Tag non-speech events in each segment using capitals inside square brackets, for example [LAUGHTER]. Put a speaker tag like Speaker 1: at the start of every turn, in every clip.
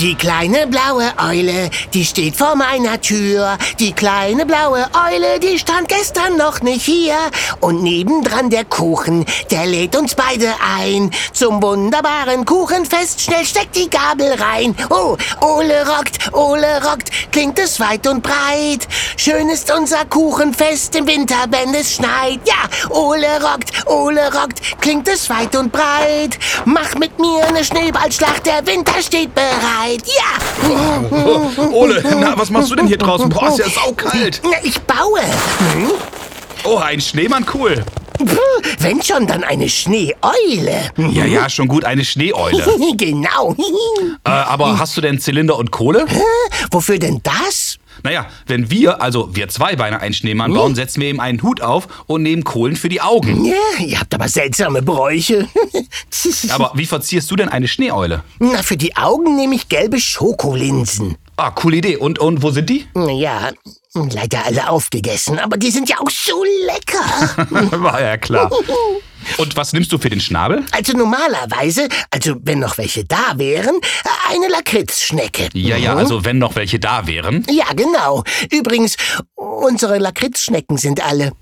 Speaker 1: Die kleine blaue Eule, die steht vor meiner Tür. Die kleine blaue Eule, die stand gestern noch nicht hier. Und nebendran der Kuchen, der lädt uns beide ein. Zum wunderbaren Kuchenfest, schnell steckt die Gabel rein. Oh, Ole rockt, Ole rockt, klingt es weit und breit. Schön ist unser Kuchenfest im Winter, wenn es schneit. Ja, Ole rockt, Ole rockt, klingt es weit und breit. Mach mit mir eine Schneeballschlacht, der Winter steht bereit. Ja,
Speaker 2: Oh, Ole, na, was machst du denn hier draußen? Boah, ist ja saukalt.
Speaker 1: na, ich baue. Hm?
Speaker 2: Oh, ein Schneemann, cool.
Speaker 1: Puh, Wenn schon, dann eine Schneeeule.
Speaker 2: Ja, ja, schon gut, eine Schneeeule.
Speaker 1: [LAUGHS] genau.
Speaker 2: Äh, aber hast du denn Zylinder und Kohle?
Speaker 1: Wofür denn das?
Speaker 2: Naja, wenn wir, also wir zwei Beine, einen Schneemann bauen, setzen wir ihm einen Hut auf und nehmen Kohlen für die Augen.
Speaker 1: Ja, ihr habt aber seltsame Bräuche. [LAUGHS]
Speaker 2: Aber wie verzierst du denn eine Schneeeule?
Speaker 1: Na, für die Augen nehme ich gelbe Schokolinsen.
Speaker 2: Ah, coole Idee. Und, und wo sind die? [LAUGHS]
Speaker 1: Ja, leider alle aufgegessen, aber die sind ja auch so lecker.
Speaker 2: [LAUGHS] War ja klar. Und was nimmst du für den Schnabel?
Speaker 1: Also normalerweise, also wenn noch welche da wären, eine Lakritzschnecke. Hm?
Speaker 2: Ja, ja, also wenn noch welche da wären. [LAUGHS]
Speaker 1: Ja, genau. Übrigens, unsere Lakritzschnecken sind alle.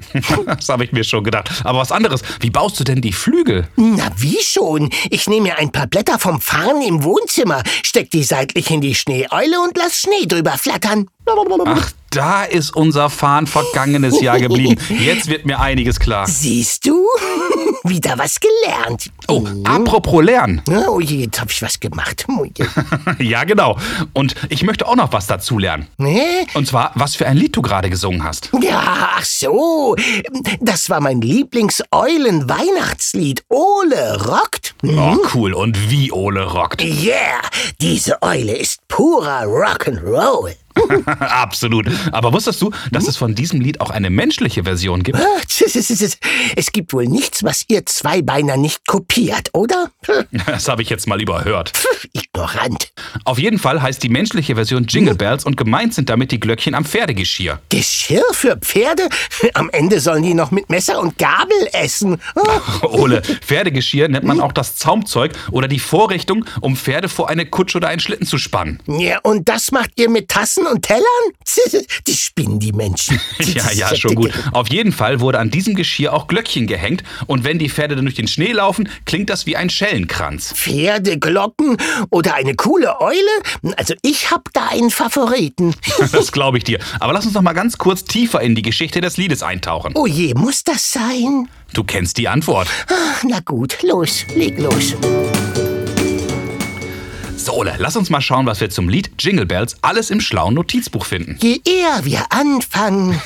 Speaker 2: Das habe ich mir schon gedacht. Aber was anderes. Wie baust du denn die Flügel?
Speaker 1: Na, wie schon? Ich nehme mir ein paar Blätter vom Farn im Wohnzimmer, steck die seitlich in die Schneeeule und lass Schnee drüber flattern.
Speaker 2: Ach, da ist unser Fahnen vergangenes Jahr geblieben. Jetzt wird mir einiges klar.
Speaker 1: Siehst du? [LAUGHS] Wieder was gelernt.
Speaker 2: Oh, apropos Lernen. [LAUGHS]
Speaker 1: Na, Oh je, jetzt hab ich was gemacht. [LAUGHS] Oh je.
Speaker 2: Ja, genau. Und ich möchte auch noch was dazu lernen.
Speaker 1: Hä?
Speaker 2: Und zwar, was für ein Lied du gerade gesungen hast.
Speaker 1: Ne? Ja, ach so. Das war mein Lieblings-Eulen-Weihnachtslied. Ole rockt.
Speaker 2: Oh, cool. Und wie Ole rockt. [LAUGHS]
Speaker 1: Yeah, diese Eule ist purer Rock'n'Roll. [LAUGHS]
Speaker 2: Absolut. Aber wusstest du, dass es von diesem Lied auch eine menschliche Version gibt? [LAUGHS]
Speaker 1: Ah, tsch, tsch, tsch, tsch. Es gibt wohl nichts, was ihr Zweibeiner nicht kopiert, oder? [LAUGHS] Hm,
Speaker 2: Das habe ich jetzt mal überhört.
Speaker 1: pf, Ignorant.
Speaker 2: Auf jeden Fall heißt die menschliche Version Jingle Bells und gemeint sind damit die Glöckchen am Pferdegeschirr.
Speaker 1: Geschirr für Pferde? [LAUGHS] Am Ende sollen die noch mit Messer und Gabel essen.
Speaker 2: [LAUGHS]
Speaker 1: Ah,
Speaker 2: Ole, Pferdegeschirr nennt man auch das Zaumzeug oder die Vorrichtung, um Pferde vor eine Kutsche oder einen Schlitten zu spannen.
Speaker 1: Ja, und das macht ihr mit Tassen und Tellern? [LAUGHS] Die spinnen die Menschen.
Speaker 2: [LAUGHS] [LAUGHS] Ja, ja, schon gut. Auf jeden Fall wurde an diesem Geschirr auch Glöckchen gehängt und wenn die Pferde dann durch den Schnee laufen, klingt das wie ein Schellenkranz. [LAUGHS]
Speaker 1: Pferdeglocken oder eine coole Eule? Also ich hab da einen Favoriten. [LAUGHS]
Speaker 2: Das glaube ich dir. Aber lass uns noch mal ganz kurz tiefer in die Geschichte des Liedes eintauchen.
Speaker 1: Oh je, muss das sein?
Speaker 2: Du kennst die Antwort.
Speaker 1: Ah, Na gut, los, leg los.
Speaker 2: So, Ole, lass uns mal schauen, was wir zum Lied Jingle Bells alles im schlauen Notizbuch finden. [LAUGHS]
Speaker 1: Je eher wir anfangen.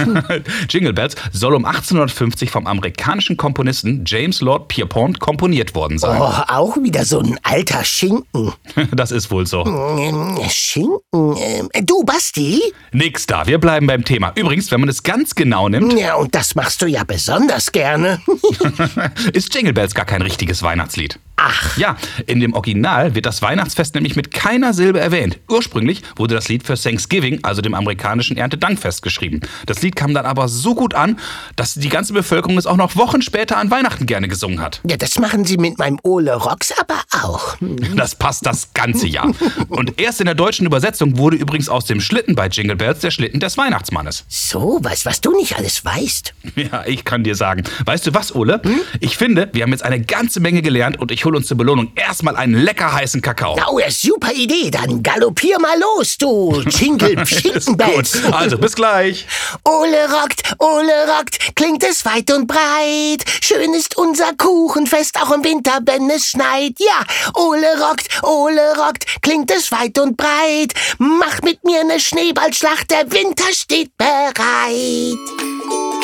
Speaker 2: Jingle Bells soll um 1850 vom amerikanischen Komponisten James Lord Pierpont komponiert worden sein.
Speaker 1: Oh, auch wieder so ein alter Schinken.
Speaker 2: [LAUGHS] Das ist wohl so.
Speaker 1: Ähm, Schinken? ähm, Du, Basti?
Speaker 2: Nix da, wir bleiben beim Thema. Übrigens, wenn man es ganz genau nimmt, [LAUGHS]
Speaker 1: Ja, und das machst du ja besonders gerne. [LAUGHS]
Speaker 2: ist Jingle Bells gar kein richtiges Weihnachtslied.
Speaker 1: Ach,
Speaker 2: Ja, in dem Original wird das Weihnachtsfest nämlich mit keiner Silbe erwähnt. Ursprünglich wurde das Lied für Thanksgiving, also dem amerikanischen Erntedankfest, geschrieben. Das Lied kam dann aber so gut an, dass die ganze Bevölkerung es auch noch Wochen später an Weihnachten gerne gesungen hat.
Speaker 1: ja, das machen sie mit meinem Ole Rocks aber auch.
Speaker 2: Das passt das ganze Jahr. Und erst in der deutschen Übersetzung wurde übrigens aus dem Schlitten bei Jingle Bells der Schlitten des Weihnachtsmannes.
Speaker 1: So was, was du nicht alles weißt.
Speaker 2: Ja, ich kann dir sagen. Weißt du was, Ole? Ich finde, wir haben jetzt eine ganze Menge gelernt und ich hole uns zur Belohnung erstmal einen lecker heißen Kakao. [LAUGHS]
Speaker 1: Na, oh, ja, super Idee. Dann galoppier mal los, du Jingle Schinkenbelz.
Speaker 2: Gut, also bis gleich.
Speaker 1: Ole rockt, Ole rockt, klingt es weit und breit. Schön ist unser Kuchenfest, auch im Winter, wenn es schneit. Ja, Ole rockt, Ole rockt, klingt es weit und breit. Mach mit mir eine Schneeballschlacht, der Winter steht bereit.